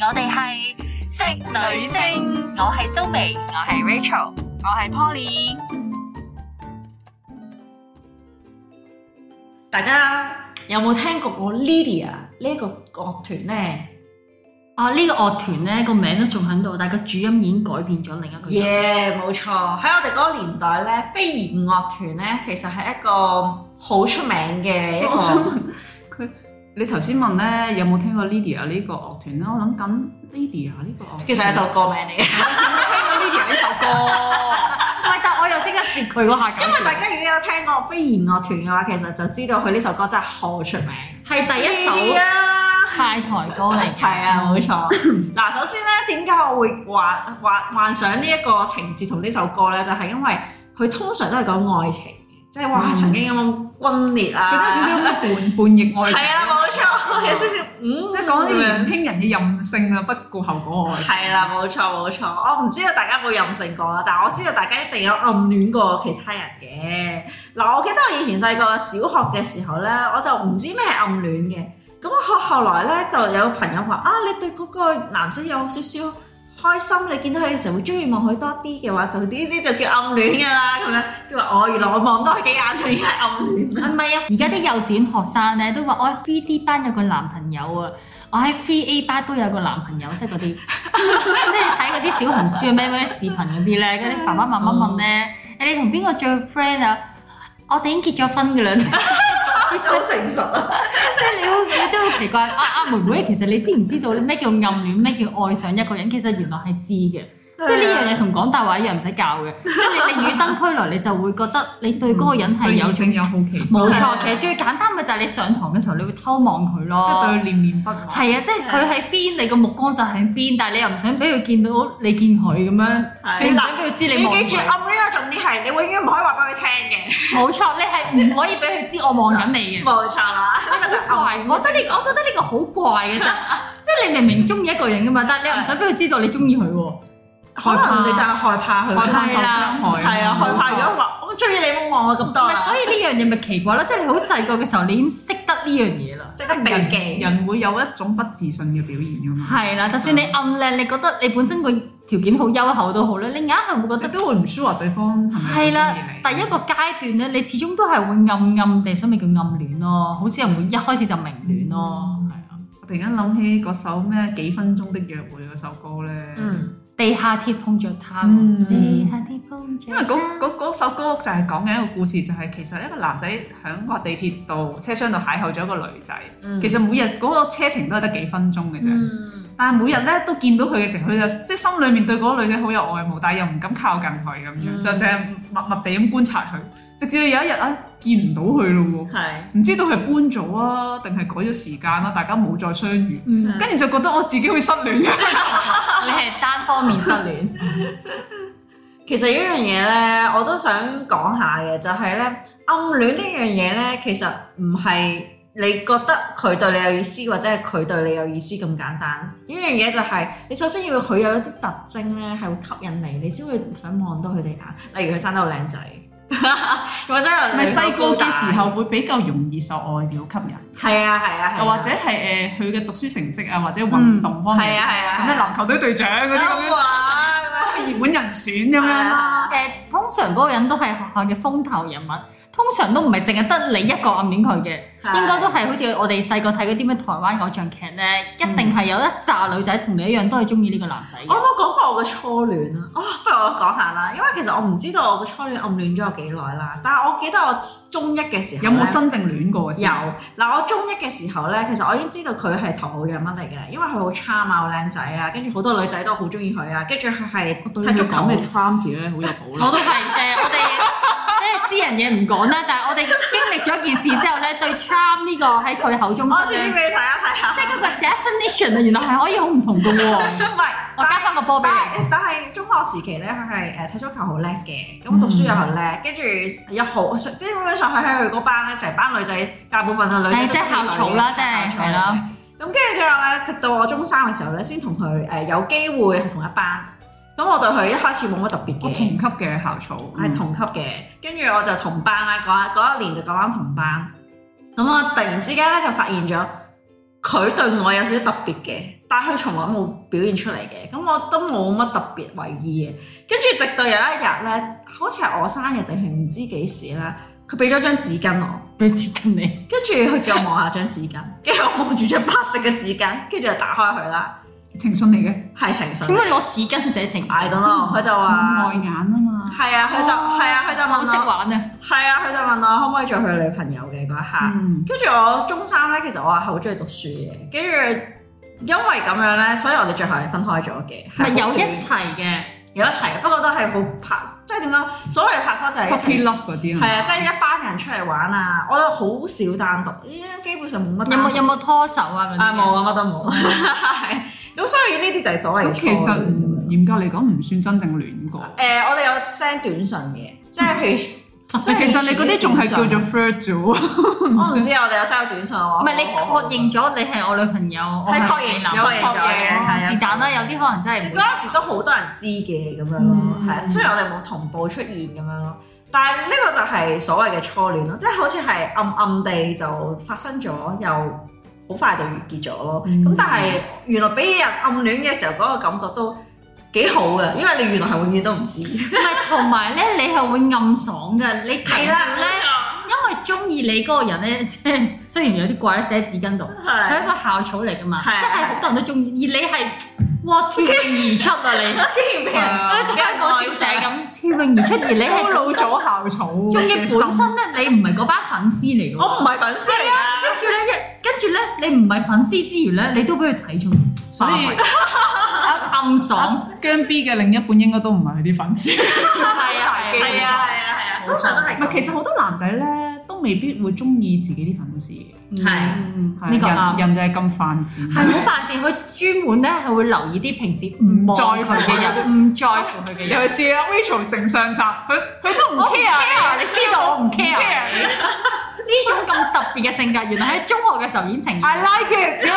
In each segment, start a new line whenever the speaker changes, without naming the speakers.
我哋係職
女聲，
我係蘇眉，
我係 Rachel，我係 Poly。大家有冇聽過個 Lydia 呢個樂團咧？
啊！呢、個樂團咧個名都仲喺度，但係個主音已經改變咗另一個音。
耶，冇錯。喺我哋嗰個年代咧，飛兒樂團咧，其實係一個好出名嘅一
我想
個。
問佢，你頭先問咧有冇聽過 Lydia 呢個樂團咧？我諗緊 Lydia 呢個樂團，
其實係首歌名 嚟嘅，
聽過 Lydia 呢首歌，
唔係，但我又識得接佢嗰下搞笑。
因為大家如果有聽過飛兒樂團嘅話，其實就知道佢呢首歌真係好出名。
係第一
係
首
啊！
快台歌嚟嘅。
係啊，冇錯。嗱，首先咧，點解我會幻幻幻想呢一個情節同呢首歌咧？就係、因為佢通常都係講愛情嘅，即係哇
嗯
曾經咁樣轟烈啊，
佢都有少少半叛逆 愛情。
係啊，冇錯，有少少嗯，
即係講啲
咁樣
年輕人嘅任性啊，不顧後果愛情。
係啦，冇錯冇錯，我唔知道大家有冇任性過啦，但係我知道大家一定有暗戀過其他人嘅。嗱，我記得我以前細個小學嘅時候咧，我就唔知咩係暗戀嘅。咁我後後來咧就有朋友話啊，你對嗰個男仔有少少開心，你見到佢嘅時候會中意望佢多啲嘅話，就呢啲就叫暗戀㗎啦。咁樣佢話哦，原來我望多佢幾眼就已經係暗戀
啊
啦。
唔係啊！而家啲幼稚園學生咧都話：我喺 B D 班有個男朋友啊，我喺 à." Free A à, 班都有個男朋友，即係嗰啲， 即係你睇嗰啲小紅書啊咩咩視頻嗰啲咧，嗰啲爸爸媽
Ừ.
媽問咧：誒你同邊個最 friend à. 啊？我哋已經結咗婚 㗎啦，即
真係好成熟啊！
係你好你都好奇怪啊啊妹妹，其實你知唔知道咩叫暗戀，咩叫愛上一個人？其實原來係知嘅。即係啊呢樣嘢同講大話一樣唔使教嘅，即係你你與生俱來你就會覺得你對嗰個人係
對
有
異性有好奇心，
冇
即
錯，其實最簡單咪就係你上堂嘅時候，你會偷望佢咯。
係對佢念念不忘。
係啊，即係佢喺邊，你個目光就喺邊，但係你又唔想俾佢見到你見佢咁樣，你唔
嗱
想俾佢知
你
你望
記住
佢。
暗戀嘅重點係，你永遠唔可以話俾佢聽嘅。
冇錯，你係唔可以俾佢知我望緊你嘅。
冇錯啦，呢個就
好怪，我覺得呢，我覺得呢個好怪嘅咋。即係你明明中意一個人噶嘛，但係你又唔想俾佢知道你中意佢喎。
可能你就係害怕佢，
害怕受
係啦
傷害，
係啊，害怕如果話我中意你冇望我咁多
唔
啦，
係，所以呢樣嘢咪奇怪咯。即係你好細個嘅時候，你已經識得呢樣嘢啦。
識得避
人
忌。
人會有一種不自信嘅表現㗎嘛。
係啦，就算你暗靚，你覺得你本身個條件好優厚都好咧，你硬係會覺得
你。都會唔 sure 對方係咪
係啦
中意，你
第一個階段咧，你始終都係會暗暗地，所以咪叫暗戀咯。好少人會一開始就明戀咯。係啊，
我突然間諗起嗰首咩幾分鐘的約會嗰首歌咧，
嗯，
地下鐵碰着他，
嗯
地下鐵碰着他。
因為嗰嗰嗰首歌就係講緊一個故事，就係、其實一個男仔喺個地鐵度車廂度邂逅咗一個女仔，其實每日嗰個車程都係得幾分鐘嘅啫，
嗯
但係每日咧都見到佢嘅時候，佢就即係心裡面對嗰個女仔好有愛慕，但係又唔敢靠近佢咁樣，
嗯
就淨係默默地咁觀察佢，直至到有一日啊見唔到佢咯喎。
係
唔知道係搬咗啊，定係改咗時間啦、大家冇再相遇，
嗯，
嗯
跟住就覺得我自己會失戀嘅。
你係單方面失戀，
其實有一樣嘢咧，我都想講下嘅，就係咧暗戀呢樣嘢咧，其實唔係你覺得佢對你有意思，或者係佢對你有意思咁簡單。呢樣嘢就係、你首先要佢有一啲特徵咧，係會吸引你，你先會想望到佢哋眼。例如佢生得好靚仔，或者係
咪細個嘅時
候。
候會比較容易受外表吸引，
係啊係啊係啊，
又或者係誒佢嘅讀書成績啊，或者運動方
係
面，
啊係啊，
甚至籃球隊隊長嗰啲咁樣，
啊
熱門人選咁樣啦。
誒，通常嗰個人都係學校嘅風頭人物，通常都唔係淨係得你一個暗戀佢嘅。應該都
哦
係好似我哋細個睇嗰啲咩台灣偶像劇咧，一定係有一紮女仔同你一樣都係中意呢個男仔
我有
嘅。
冇講過我嘅初戀啊？哦，不如我講下啦，因為其實我唔知道我嘅初戀暗戀咗有幾耐啦，但係我記得我中一嘅時候
有
呢
冇真正戀過先
有嗱，我中一嘅時候咧，其實我已經知道佢係頭號樣乜嚟嘅，因為佢好 charm 啊，好靚仔啊，跟住好多女仔都好中意佢啊，跟住佢係
我對
踢足
佢
球
咁嘅 charm 字咧，好有保
我
留。
都係誒，我哋即係私人嘢唔講啦，但係我哋經歷咗件事之後咧，對 charm 呢個喺佢口中
我
嘅，
指
即
俾
係
你睇下睇下，
嗰個 definition 啊，原來係可以好唔同嘅 喎。
唔係，
我加翻個波俾
但
你。
係但係中學時期咧，佢係誒踢足球好叻嘅，咁讀書又好
嗯
叻，跟住又好，即係基本上佢喺佢嗰班咧，成班女仔大部分嘅女仔
係
都
即係校草啦，即係
校草
係啦。
咁跟住之後咧，直到我中三嘅時候咧，先同佢誒有機會係同一班。咁我對佢一開始冇乜特別
我
嘅。
同級嘅校草，
嗯
係同級嘅，跟住我就同班啦，嗰一嗰一年就咁啱同班。咁我突然之間咧就發現咗，佢對我有少少特別嘅，但係佢從來冇表現出嚟嘅，咁我都冇乜特別為意嘅。跟住直到有一日咧，好似係我生日定係唔知幾時啦，佢俾咗張紙巾我，
俾接近你，
跟住佢叫我望下張紙巾，跟住我望住張白色嘅紙巾，跟住就打開佢啦，
情信嚟嘅，
係情信
點。解攞紙巾寫情書？
I don't know，佢就話
外眼啊嘛，
係啊，佢就係啊，佢就問
好識
我
玩啊！
係啊，佢就問我可唔可以做佢女朋友嘅嗰一刻。
嗯，
跟住我中三咧，其實我係好中意讀書嘅，跟住因為咁樣咧，所以我哋最後係分開咗嘅，
咪
係
有
好
一
短
齊嘅，
有一齊嘅，不過都係好拍，即係點講？所謂拍拖就係一
puppy
齊，
love 嗰啲
係啊，即係一班人出嚟玩啊，我好少單獨，依家基本上冇乜
有
單獨
冇有冇拖手啊？嗰啲
啊冇啊乜都冇， 係咁所以呢啲就係所謂
咁
嘅
其
初戀
實
咁樣
嚴格嚟講唔算真正戀過。
誒、我哋有 send 短信嘅，即係 譬如，即
其
係
實你嗰啲仲係叫做 flirt 啫喎，唔
我唔
算
知，我哋有 send 短信我
唔
話啊
係你確認
咗，
咗你係我女朋友，我
係確
係
認
你男哦
有確認咗嘅係啊
是但啦，有啲可能真係唔會
嗰陣時都好多人知嘅咁樣咯，
嗯
係啊，雖然我哋冇同步出現咁樣咯，但係呢個就係所謂嘅初戀咯，即係好似係暗暗地就發生咗，又好快就完結咗咯。
嗯
咁、但係原來俾人暗戀嘅時候嗰、個感覺都幾好嘅，因為你原來係永遠都唔知。
唔係，同埋咧，你係會暗爽嘅。你強調咧，
啦，
因為中意你嗰個人咧， 即係雖然有啲怪寫喺紙巾度，佢係
係啊
一個校草嚟噶嘛，即
係
係好多人都中意，而你係哇脫穎而出啊！你
竟然俾人
你就香港小姐咁脫穎而出，而 你係
老咗校草喎，
仲要本身咧，你唔係嗰班粉絲嚟嘅喎。
我唔係粉絲嚟㗎。
跟住咧，一跟住咧，你唔係粉絲之餘咧，你都俾佢睇中，所
以
暗爽
姜 B 嘅另一半應該都唔係佢啲粉絲。
係啊
係
係啊，
啊係啊係啊，通常都係
唔
咁。
係，其實好多男仔咧都未必會中意自己啲粉絲嘅。
係
嗯
係
呢個啱。
人人就係咁犯賤。
係好犯賤，佢專門咧係會留意啲平時唔在乎嘅人，唔在乎佢嘅人。
尤其是阿 Rachel 成上集，佢佢都唔
我唔 care，啊
care，
你知道我唔 care。啊
care 啊你。
呢種咁特別嘅性格，原來喺中學嘅時候已經呈現
I like it，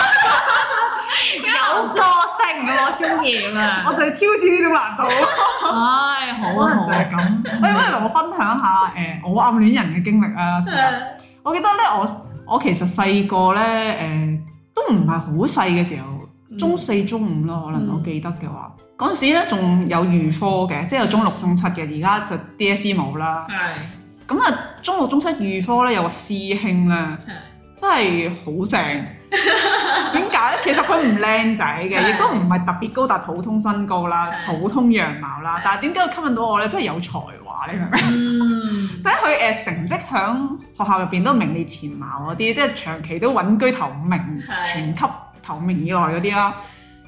有個性嘅，我中意咁
我
啊！
就係挑戰呢種難度。
唉，好
可
啊
能
好
就
啊，
係咁。喂，不如我分享下誒我暗戀人嘅經歷啊。試下我記得咧，我我其實細個咧誒都唔係好細嘅時候，中四中五咯，
嗯
可能我記得嘅話，嗰陣時咧仲有預科嘅，即係有中六中七嘅，而家就 DSE 冇啦。
係
咁啊，中六中七預科咧有個師兄咧，真係 好正。點解咧？其實佢唔靚仔嘅，
係
亦都唔係特別高，但係普通身高啦，
係
普通樣貌啦。但係點解佢吸引到我咧？真係有才華，你明唔明？
嗯
第一佢誒成績響學校入邊都名列前茅嗰啲，即係長期都穩居頭五名，
係
全級頭五名以內嗰啲啦。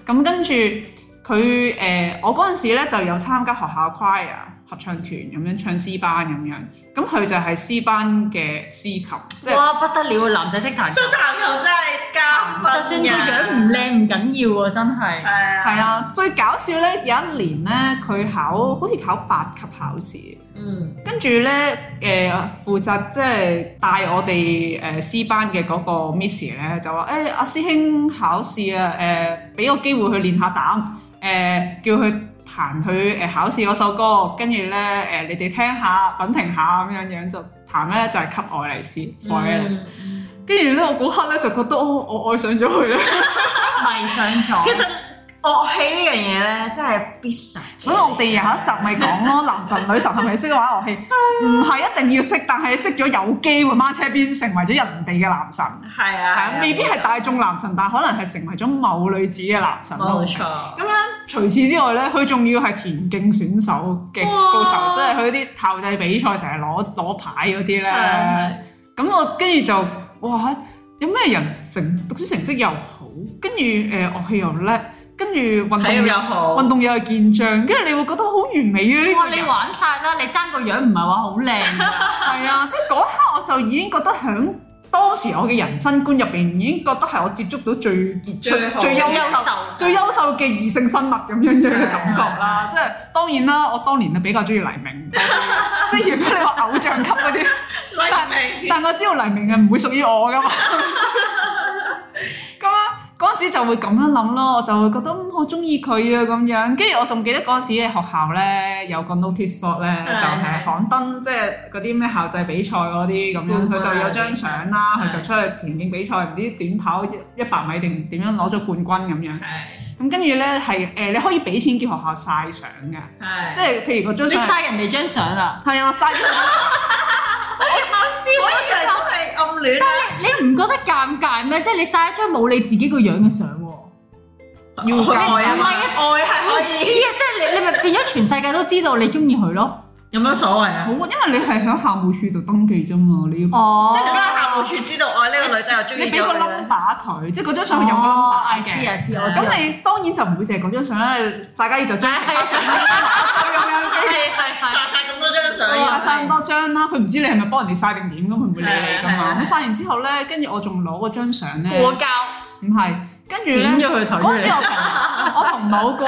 咁跟住佢誒，我嗰陣時咧就有參加學校 choir 合唱團咁樣唱詩班咁樣，咁佢就係詩班嘅司琴，即係
哇不得了，男仔識彈琴，
真彈球真係加分
就算個樣唔靚唔緊要啊，真係。
係
係，啊。最搞笑咧，有一年咧佢考好似考八級考試。
嗯
跟住咧，誒、負責即係帶我哋誒、師班嘅嗰個 Miss 咧，就話誒、阿師兄考試啊，誒、俾個機會佢練下膽，誒、叫佢彈佢誒考試嗰首歌，跟住咧誒你哋聽下品評下咁樣樣就彈咧就係、給愛麗絲
嗯
f o r e 跟住咧我嗰刻咧就覺得哦我我愛上咗佢啦，
迷上咗。
其實樂器呢樣嘢咧，真係必殺。
所以我哋有一集
啊
咪講咯，男神女神係咪識玩樂器？唔係一定要識，但係識咗有機會掹車邊成為咗人哋嘅男神。
係啊，
係啊，未必係大眾男神，但可能係成為咗某女子嘅男神咯
冇。錯。
咁樣除此之外咧，佢仲要係田徑選手嘅高
哇
手，即係佢啲校際比賽成日攞攞牌嗰啲
啊
咧。咁我跟住就哇，有咩人成讀書成績又好，跟住誒樂器又叻，跟住運動
體育又好，
運動又係健將，跟住你會覺得好完美嘅呢
哇！
個
你
人。
玩晒啦，你爭個樣唔係話好靚㗎，
係啊，即係嗰一刻我就已經覺得響當時我嘅人生觀入邊已經覺得係我接觸到最傑出
最好、
最優秀
優、秀。
最優秀嘅異性生物咁樣樣嘅感覺啦。即係當然啦，我當年啊比較中意黎明，即係如果你話偶像級嗰啲，
黎明
但我知道黎明係唔會屬於我噶嘛。咁啊，嗰陣陣時就會咁樣諗咯，我就會覺得嗯好中意佢啊咁樣。跟住我仲記得嗰陣時嘅學校咧有個 notice board 咧，
係
就係刊登即係嗰啲咩校際比賽嗰啲咁樣，
嗯
佢就有張相啦，
係
佢就出去田徑比賽，唔知短跑一百米定點樣攞咗冠軍咁樣。咁跟住咧係誒你可以俾錢叫學校晒相嘅，
係
即係譬如嗰張
你
相
嘥人哋張相啊！
係啊晒咗
我以為真係暗戀啊！
你唔覺得尷尬咩？即係你晒一張冇你自己個樣嘅相喎。
要
愛啊
唔係啊
愛係可
我知
以，
啊，即係你你咪變咗全世界都知道你中意佢咯。
有乜所謂啊
好？啊，因為你係喺校務處度登記啫嘛，你要。
哦，
即係點解校務處知道我呢個女仔又中意
你俾個
咗
number
佢
佢，即係嗰張相有個 number
哦，I see，I
嘅。
see，我知
咁你當然就唔會淨係嗰張相啦，大家要就將其他相 咁樣
啊係啊係係
曬晒咁多張相
佢話
啊，
曬咁多張啦，佢唔知你係咪幫人哋曬定點咁，佢唔會理你噶
係啊係
嘛。
啊
咁曬完之後咧，跟住我仲攞嗰張相咧，
過交
唔係，跟住咧
剪咗佢台
嗰陣時我同我同某個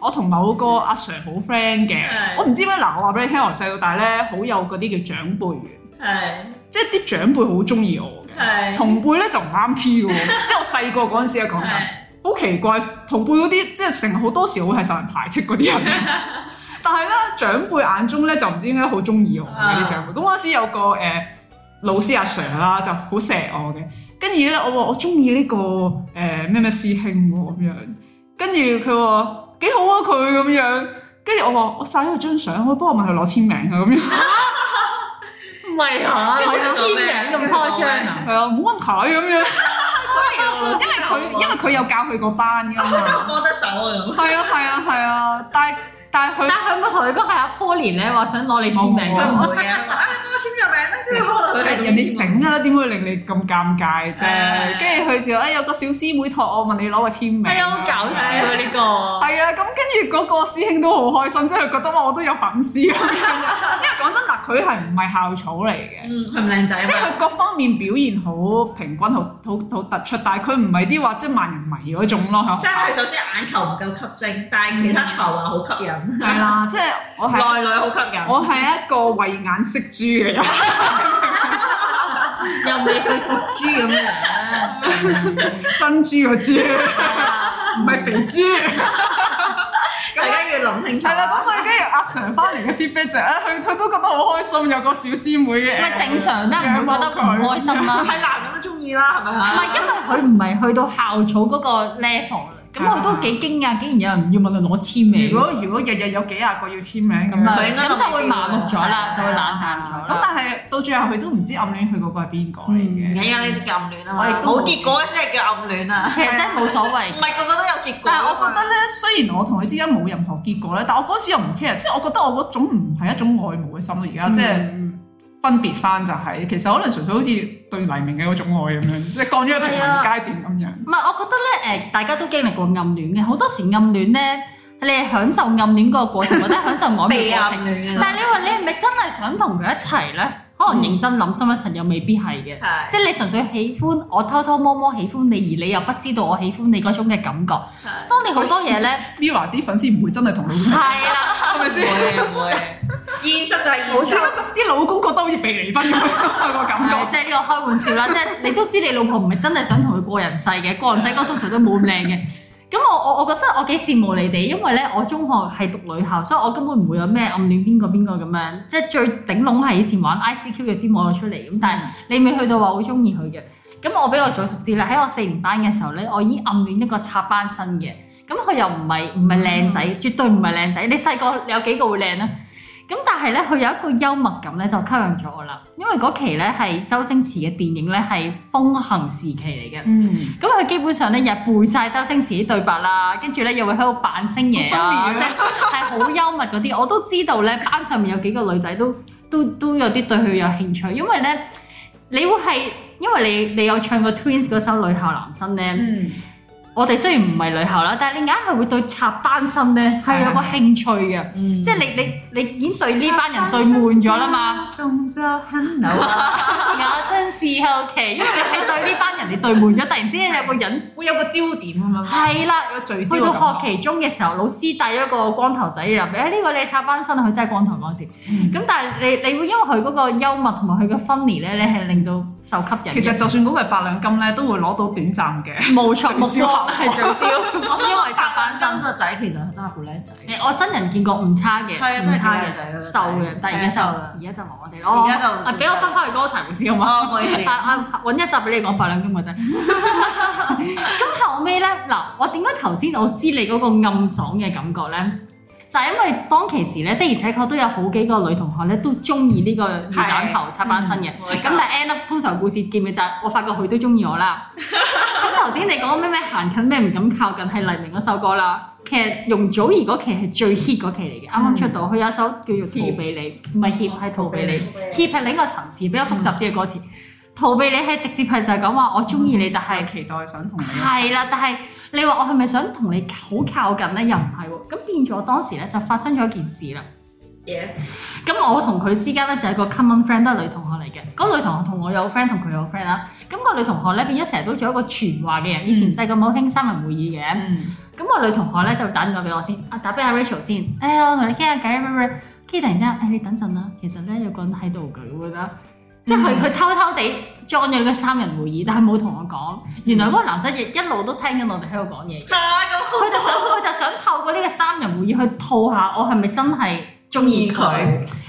我同某個阿 Sir 好 friend 嘅
係，
我唔知咩嗱，我話俾你聽，我由細到大咧好有嗰啲叫長輩緣，
係
即係啲長輩好中意我嘅。
係
同輩咧就唔啱 P 嘅喎，即係我細個嗰陣時啊講緊，好奇怪，同輩嗰啲即係成好多時會係受人排斥嗰啲人。但係咧長輩眼中咧就唔知點解好中意我嘅啲長輩。咁嗰陣時有個誒、呃老師阿 Sir 啦，就好錫我嘅。跟住咧我話我中意呢個誒咩咩師兄喎咁樣，跟住佢話幾好啊佢咁樣。跟住我話我晒咗佢張相，可以幫我問佢攞簽名啊咁樣。
唔係啊，
跟
我
住做
簽
咩
名咁開張啊！
係啊，冇問題咁樣。
因
因為佢因為佢有教佢個班㗎嘛。
摸得手啊咁。
係啊係啊係啊，但係但係
但
佢
係佢有冇同佢講係阿 Poly 咧話想攞你簽名
佢
冇冇
㗎？
唔會嘅，啊你幫我簽個名啦，跟住可能佢係
人哋醒啊，點會令你咁尷尬啫
係？
跟住佢就誒有個小師妹託我問你攞個簽名，
係啊，好搞笑啊呢 個！
係啊，咁跟住嗰個師兄都好開心，即係佢覺得哇我都有粉絲啊！因為講真嗱，佢係唔係校草嚟嘅？
嗯，佢唔靚仔
即係
啊
佢各方面表現好平均，好好好突出，但係佢唔係啲話即係萬人迷嗰種咯，
嘛，即係佢首先眼球唔夠吸睛，但係其他才華好吸引，
係啦，即係我係
內裏好吸引。
我係一個慧眼識珠嘅人。
又未去服豬咁樣，
珍珠個珠，唔係肥豬。
大家要諗清楚。
係啦，咁所以跟住阿 Sir 翻嚟嘅 feedback 就係啊佢佢都覺得好開心，有個小師妹嘅。
咪正常啦，唔會覺得唔開心啦。
係男人都中意啦，係咪
唔
啊？
係因為佢唔係去到校草嗰個 level 啦，咁我都幾驚訝，竟然有人要問佢攞簽名，
如果如果日日有幾廿個要簽名咁
咁啊，
樣，
佢應該都
咁就會麻木咗啦，
未必
就
會
會冷淡咗
咁
啦。
但係到最後佢都唔知暗戀佢嗰個係邊個嚟
唔
嗯
嘅。
緊要，呢啲叫暗戀啊嘛
我亦，都
冇結果先係叫暗戀啊，
其實真係冇所謂
唔。係個個都有結果
但係
啊嘛。
我覺得咧，雖然我同佢之間冇任何結果咧，但我嗰時又唔 care，即係我覺得我嗰種唔係一種愛慕嘅心咯。而家即係
嗯
分別翻就係，其實可能純粹好似對黎明嘅嗰種愛咁樣，即係降咗一個平民
係啊
階段咁樣。
唔係，我覺得咧誒，大家都經歷過暗戀嘅，好多時暗戀咧，你係享受暗戀嗰個過程，或者享受曖昧
未
過
暗
程。
戀
但係你話你係咪真係想同佢一齊咧？可能認真諗深一層又未必係嘅，
係
即係你純粹喜歡我偷偷摸摸喜歡你，而你又不知道我喜歡你嗰種嘅感覺。
係
當你好多嘢咧，
Mira 啲粉絲唔會真係同老公，係
係啦。
à.
咪先？
唔會，現實就係
我
現
只不
實。
過啲老公覺得好似被離婚咁樣個感
係啊
覺。
即係呢個開玩笑啦，即 係你都知你老婆唔係真係想同佢過人世嘅，過人世嗰通常都冇咁靚嘅。咁我我我覺得我幾羨慕你哋，因為咧我中學係讀女校，所以我根本唔會有咩暗戀邊個邊個咁樣，即係最頂籠係以前玩 ICQ 約啲網友出嚟咁，但係你未去到話會中意佢嘅。咁我比較早熟啲啦，喺我四年班嘅時候咧，我已經暗戀一個插班生嘅。咁佢又唔係唔係靚仔，絕對唔係靚仔。你細個有幾個會靚咧？咁但係咧，佢有一個幽默感咧，就吸引咗我啦。因為嗰期咧係周星馳嘅電影咧係風行時期嚟嘅。
嗯，
咁佢基本上咧日背晒周星馳啲對白啦，跟住咧又會喺度扮星爺
好
啊，
分
即
裂
係係好幽默嗰啲。我都知道咧，班上面有幾個女仔都都都有啲對佢有興趣，因為咧你會係因為你你有唱過 Twins 嗰首《女校男生》咧。
嗯，
我哋雖然唔係女校啦，但係你硬係會對插班生咧係有個興趣嘅，
嗯
即係你你你已經對呢班人對悶咗啦嘛。。
動作很扭啊，
有真是好奇，因為你對呢班人你對悶咗，突然之間有個 人
會有個焦點咁樣，
係啦。
有個
啊
聚
去
焦啊嘅感
到
覺。
學期中嘅時候，老師帶咗個光頭仔入嚟，誒、哎呢、個你係插班生，佢真係光頭嗰陣時。
嗯
咁、但係你你會因為佢嗰個幽默同埋佢嘅 funny 咧，你係令到受吸引嘅。
其實就算嗰個係八兩金咧，都會攞到短暫嘅
無錯目光啦，係最 招，因為插班生。
個仔其實真係好靚仔。
誒，我真人見過唔差嘅，
係啊
唔差
真係幾靚仔啊
嘅，瘦嘅，但係而家
係啊
瘦
瘦
啦
啊，
而家就冇我哋咯。
而家就
啊，俾我翻返去嗰個題目先好嘛？
哦，唔好意思。
啊啊！揾一集俾你講白兩金個仔。咁後尾咧，嗱，我點解頭先我知你嗰個暗爽嘅感覺咧？就係因為當其時咧，的而且確都有好幾個女同學咧都中意呢個魚蛋頭插班生嘅。咁但係 end up 通常故事結尾就係我發覺佢都中意我啦。咁頭先你講咩咩行近咩唔敢靠近係黎明嗰首歌啦。其實容祖兒嗰期係最 hit 嗰期嚟嘅，啱啱出道，佢有一首叫做《逃避你》，唔係協係逃避你。Keep 係另一個層次，比較複雜啲嘅歌詞。逃避你係直接係就係講話我中意你，但係
期待想同你一齊
係啦，但係你話我係咪想同你好靠近咧？又唔係喎。咁變咗當時咧就發生咗一件事啦。
嘢
咁我同佢之間咧就係個 common friend 都係女同學嚟嘅。嗰個女同學同我有 friend，同佢有 friend 啦。咁個女同學咧變咗成日都做一個傳話嘅人。以前細個冇興三人會議嘅。
嗯
咁我女同學咧就打電話俾我先，啊打俾阿 Rachel 先，哎呀我同你傾下偈，跟住突然之間，哎誒你等陣啦，其實咧有個人喺度嘅咁樣啦，即係佢佢偷偷地裝咗個三人會議，但係冇同我講，原來嗰個男仔亦一路都聽緊我哋喺度講嘢，
嚇啊咁
佢就想佢就想透過呢個三人會議去套下我係咪真係中意佢，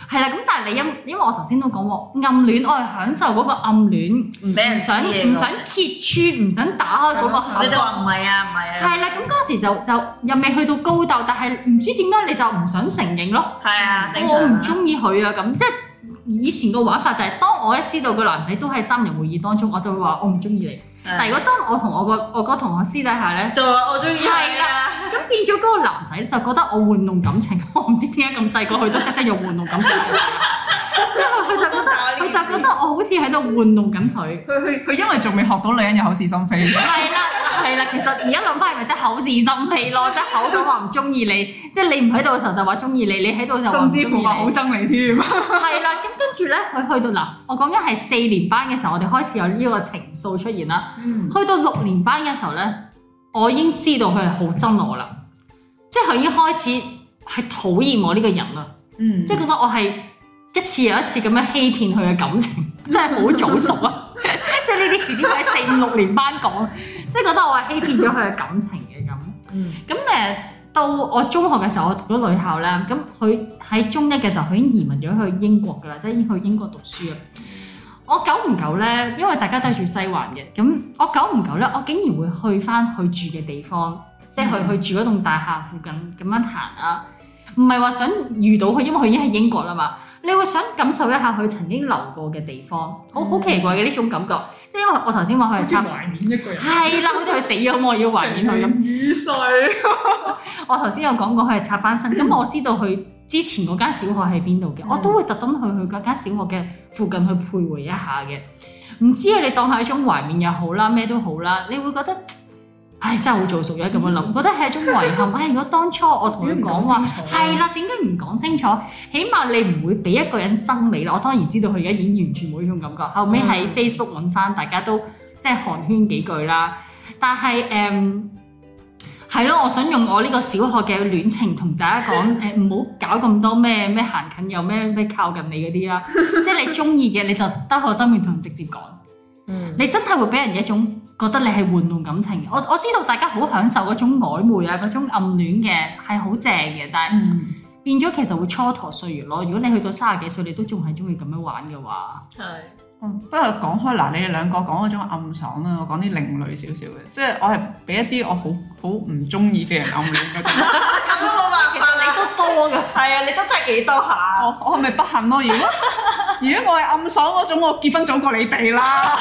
係啦，咁但係你因因為我頭先都講過暗戀，我係享受嗰個暗戀，
唔俾
唔
人
想唔想揭穿，唔想打開嗰個口。
你就話唔係啊，唔係啊，
係啦，咁嗰時就就又未去到高竇，但係唔知點解你就唔想承認咯。
係啊，正
我唔
常。
中意佢啊，咁即係以前個玩法就係、當我一知道個男仔都喺三人會議當中，我就會話我唔中意你。
啊
但係如果當我同我個我個同學私底下 咧，
就話啊我中意係啦，
咁變咗嗰個男仔就覺得我玩弄感情，我唔知點解咁細個佢都識得用玩弄感情嘅嘢，即係佢佢就覺得佢就覺得我好似喺度玩弄緊佢。
佢佢佢因為仲未學到女人嘅口是心非，
係啦，係啦，其實而家諗翻係咪真係口是心非咯？即係口都話唔中意你，即係你唔喺度嘅時候就話中意你，你喺度就話
甚
唔中意
至乎話好
你。
憎你添。
係啦，咁跟住咧，佢去到嗱，我講緊係四年班嘅時候，我哋開始有呢個情愫出現啦。
嗯
去到六年班嘅時候咧，我已經知道佢係好憎我啦，即係佢已經開始係討厭我呢個人啦。
嗯
即係覺得我係一次又一次咁樣欺騙佢嘅感情，真係好早熟 啊！即係呢啲字典喺四五六年班講，即係覺得我係欺騙咗佢嘅感情嘅咁。
嗯
咁誒，到我中學嘅時候，我讀咗女校啦。咁佢喺中一嘅時候，佢已經移民咗去英國㗎啦，即係已經去英國讀書啦。我久唔久咧，因為大家都係住西環嘅，咁我久唔久咧，我竟然會去翻佢住嘅地方，即係去去住嗰棟大廈附近咁樣行啊。唔係話想遇到佢，因為佢已經喺英國啦嘛。你會想感受一下佢曾經留過嘅地方，好好奇怪嘅呢種感覺。即係因為我頭先話佢係
好似
插
懷念一個人，
係啦，好似佢死咗咁，我要懷念佢 咁。
雨水。
我頭先有講過佢係插班生，咁我知道佢之前嗰間小學喺邊度嘅，我都會特登去佢嗰間小學嘅附近去徘徊一下嘅。唔知啊，你當係一種懷緬又好啦，咩都好啦，你會覺得，唉，真係好早熟嘅咁樣諗，覺得係一種遺憾。唉，如果當初我同佢講啊話，係嗯啦，點解唔講清楚？起碼你唔會俾一個人憎你啦。我當然知道佢而家已經完全冇呢種感覺。後尾喺 Facebook 揾翻，大家都即係寒暄幾句啦。但係誒。嗯係咯，我想用我呢個小學嘅戀情同大家講，誒唔好搞咁多咩咩行近又咩咩靠近你嗰啲啦，即係你中意嘅你就得可當面同人直接講，
嗯，
你真係會俾人一種覺得你係玩弄感情嘅。我我知道大家好享受嗰種曖昧啊，嗰種暗戀嘅係好正嘅，但係
嗯
變咗其實會蹉跎歲月咯。如果你去到三十幾歲，你都仲係中意咁樣玩嘅話，
係
嗯不過講開嗱，你哋兩個講嗰種暗爽啦，我講啲另類少少嘅，即係我係俾一啲我好好唔中意嘅人暗戀嗰種。
咁都冇辦
其
法
實
啦。
你都多 嘅。
係啊，你都真係幾多下。
我哦我係咪不幸咯？如果如果我係暗爽嗰種，我結婚早過你哋啦。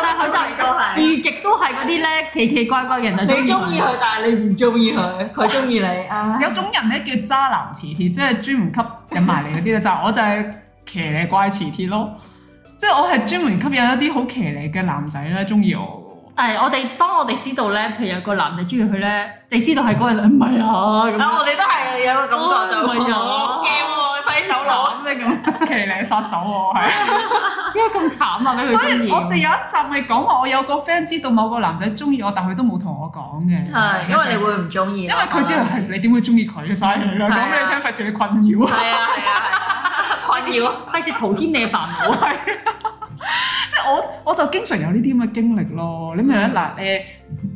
但係佢
都係
就遇極都係嗰啲咧奇奇怪怪嘅人就啊
你中意佢，但係你唔中意佢，佢 中意你啊。
有種人咧叫渣男磁鐵，即係專門吸引埋嚟嗰啲咧，就係我就係騎呢怪磁鐵咯。即係我係專門吸引一啲好騎呢嘅男仔咧，中意我
但係我哋當我哋知道咧，譬如有個男仔中意佢咧，你知道係嗰個人唔係 啊咁
啊，
樣
我哋都係有個感覺就
哦係啊
好驚喎，快啲走佬。
慘咩咁？
嘅喎，騎呢殺手喎，係。
點解咁慘啊？俾佢
所
中
以
意
我哋有一集咪講話，我有個 friend 知道某個男仔中意我，但佢都冇同我講嘅。
係，因為你會唔中意。啊
因為佢知道係你點會中意佢嘅，嘥你啦，
係啊
講俾你聽，費事你困擾啊。
係啊係啊係 啊，困擾。
費事徒添你嘅煩 惱。
啊
嗯
即係我我就經常有呢啲咁嘅經歷咯。你明唔明？嗱誒，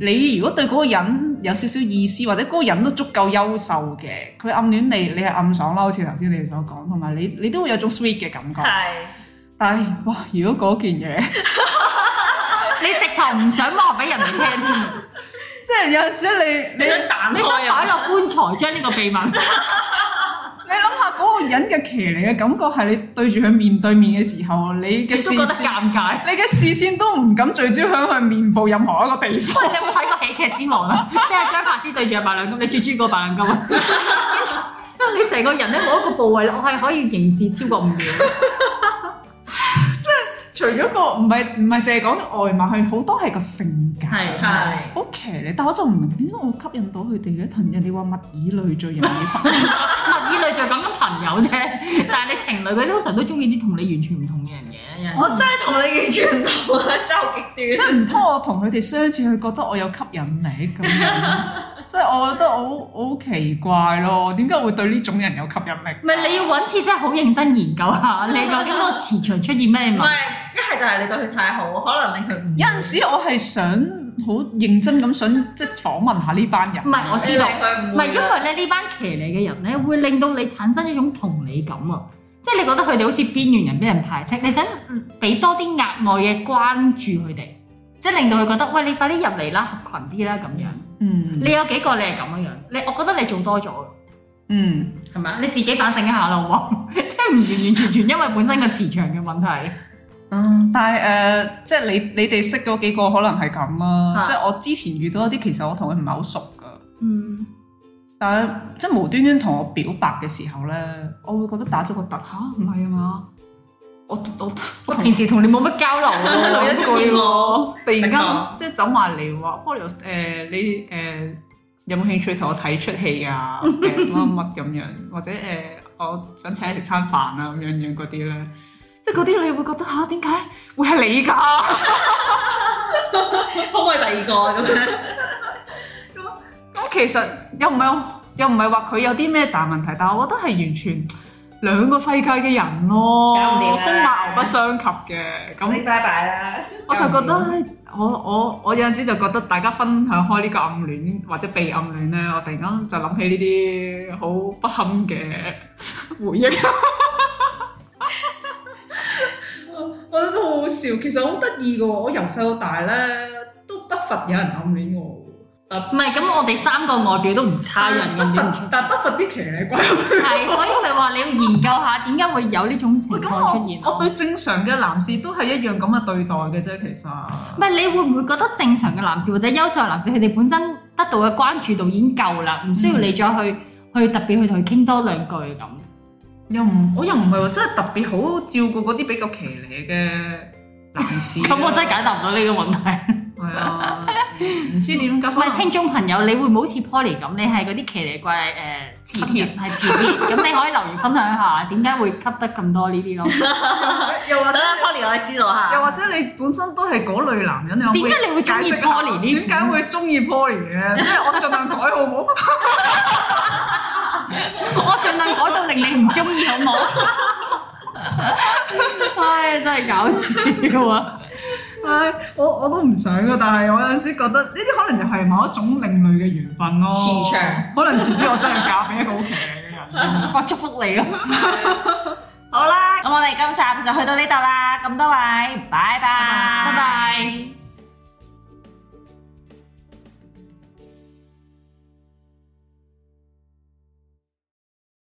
你如果對嗰個人有少少意思，或者嗰個人都足夠優秀嘅，佢暗戀你，你係暗爽啦，好似頭先你哋所講，同埋你你都會有種 sweet 嘅感
嗯
覺。
係
但係哇，如果嗰件嘢，
你直頭唔想話俾人哋聽添，
即係有陣時你
你
你
想彈
你想
開
擺
啊？
落棺材將呢個秘密，
你諗下嗰個人嘅騎呢嘅感覺係你對住佢面對面嘅時候，你嘅
你
視
都覺得
線，
尷尬。
你嘅視線都唔敢聚焦喺佢面部任何一個地方。
你有冇睇過喜劇之王 啊？即係張柏芝對住阿白兩金，你最中意嗰個白兩金啊？因為你成個人咧冇一個部位，我係可以凝視超過五秒。
除咗個唔係唔係淨係講外貌，係好多係個性格。
係
係
好騎呢，但我就唔明點解我吸引到佢哋咧？同人哋話物以類聚，人以群 分。
物以類聚講緊朋友啫，但係你情侶嗰啲通常都中意啲同你完全唔同嘅人嘅。有人
我真係同你完全唔同啊！真係好極
即
端。
係唔通我同佢哋相處，佢覺得我有吸引力咁樣，所以我覺得我好我好奇怪咯，點解會對呢種人有吸引力？
唔係你要揾次真係好認真研究下，你究竟個磁場出現咩
唔
問題？
係一係就係你對佢太好，可能令佢唔
有陣時我係想好認真咁想即係訪問下呢班人。
唔係我知道
你令佢
唔
唔
係
會啊
因為咧呢班騎呢嘅人咧，會令到你產生一種同理感啊！即係你覺得佢哋好似邊緣人俾人排斥，你想俾多啲額外嘅關注佢哋，即係令到佢覺得喂你快啲入嚟啦，合群啲啦咁樣。
嗯
你有幾個你係咁樣樣？你我覺得你做多咗，
嗯，
係咪啊？你自己反省一下啦，好唔好？ 即係唔完完全全因為本身個磁場嘅問題。
嗯
但係誒、呃即係你你哋識嗰幾個可能係咁啦，
啊
即係我之前遇到一啲其實我同佢唔係好熟㗎。
嗯，
但係即係無端端同我表白嘅時候咧，我會覺得打咗個突嚇，唔係啊嘛！我 我
我平時同你冇乜交流喎，
女一中意我，
突然間
明白
即係走埋嚟話 p o l 誒你誒、呃有冇興趣同我睇出戲 啊？誒乜乜咁樣，或者誒、呃我想請你食餐飯啊咁樣樣嗰啲咧，即係嗰啲你會覺得吓，點解會係你㗎？
可唔可以第二個啊咁樣？
咁其實又唔係又唔係話佢有啲咩大問題，但係我覺得係完全兩個世界嘅人咯，
搞唔掂啊啦
風馬牛不相及嘅。咁
拜拜啦！
我就覺
啊嗯
得我我我有陣時就覺得大家分享開呢個暗戀或者被暗戀咧，我突然間就諗起呢啲好不堪嘅回憶。 我覺得都好好笑，其實好得意嘅喎！我由細到大咧都不乏有人暗戀我，
唔係咁，我哋三個外表都唔差人嘅。
但不乏啲騎呢怪。
係，所以咪話你要研究下點解會有呢種情
喂咁
況出現
我
咯
我對正常嘅男士都係一樣咁嘅對待嘅啫，其實。
唔係你會唔會覺得正常嘅男士或者優秀嘅男士，佢哋本身得到嘅關注度已經夠啦，唔需要你再去、去特別去同佢傾多兩句咁。
又唔，我又唔係話真係特別好照顧嗰啲比較騎呢嘅男士。啊
咁我真係解答唔到呢個 問題。
係啊，唔知點解。
唔係聽眾朋友，你會唔會好似 Poly 咁？你係嗰啲騎呢怪誒
磁鐵
係磁鐵，咁你可以留言分享下點解會吸得咁多呢啲 咯？
又或
等阿 Polly 我哋知道
又
下，
或者你本身都係嗰類男人，你可唔可以
點解你會中意
解釋下
Poly 呢？
點解會中意 Poly 嘅？即係我盡量改好冇。
我盡量改到令你唔中意好 冇？唉，真係搞笑啊！
唉，我我都唔想噶，但係我有陣時覺得呢啲可能就係某一種另類嘅緣分咯。
磁場
可能遲啲我真係嫁俾一個好騎呢嘅 人。
我祝福你啊！
好啦，咁我哋今集就去到呢度啦，咁多位，拜拜，
拜拜。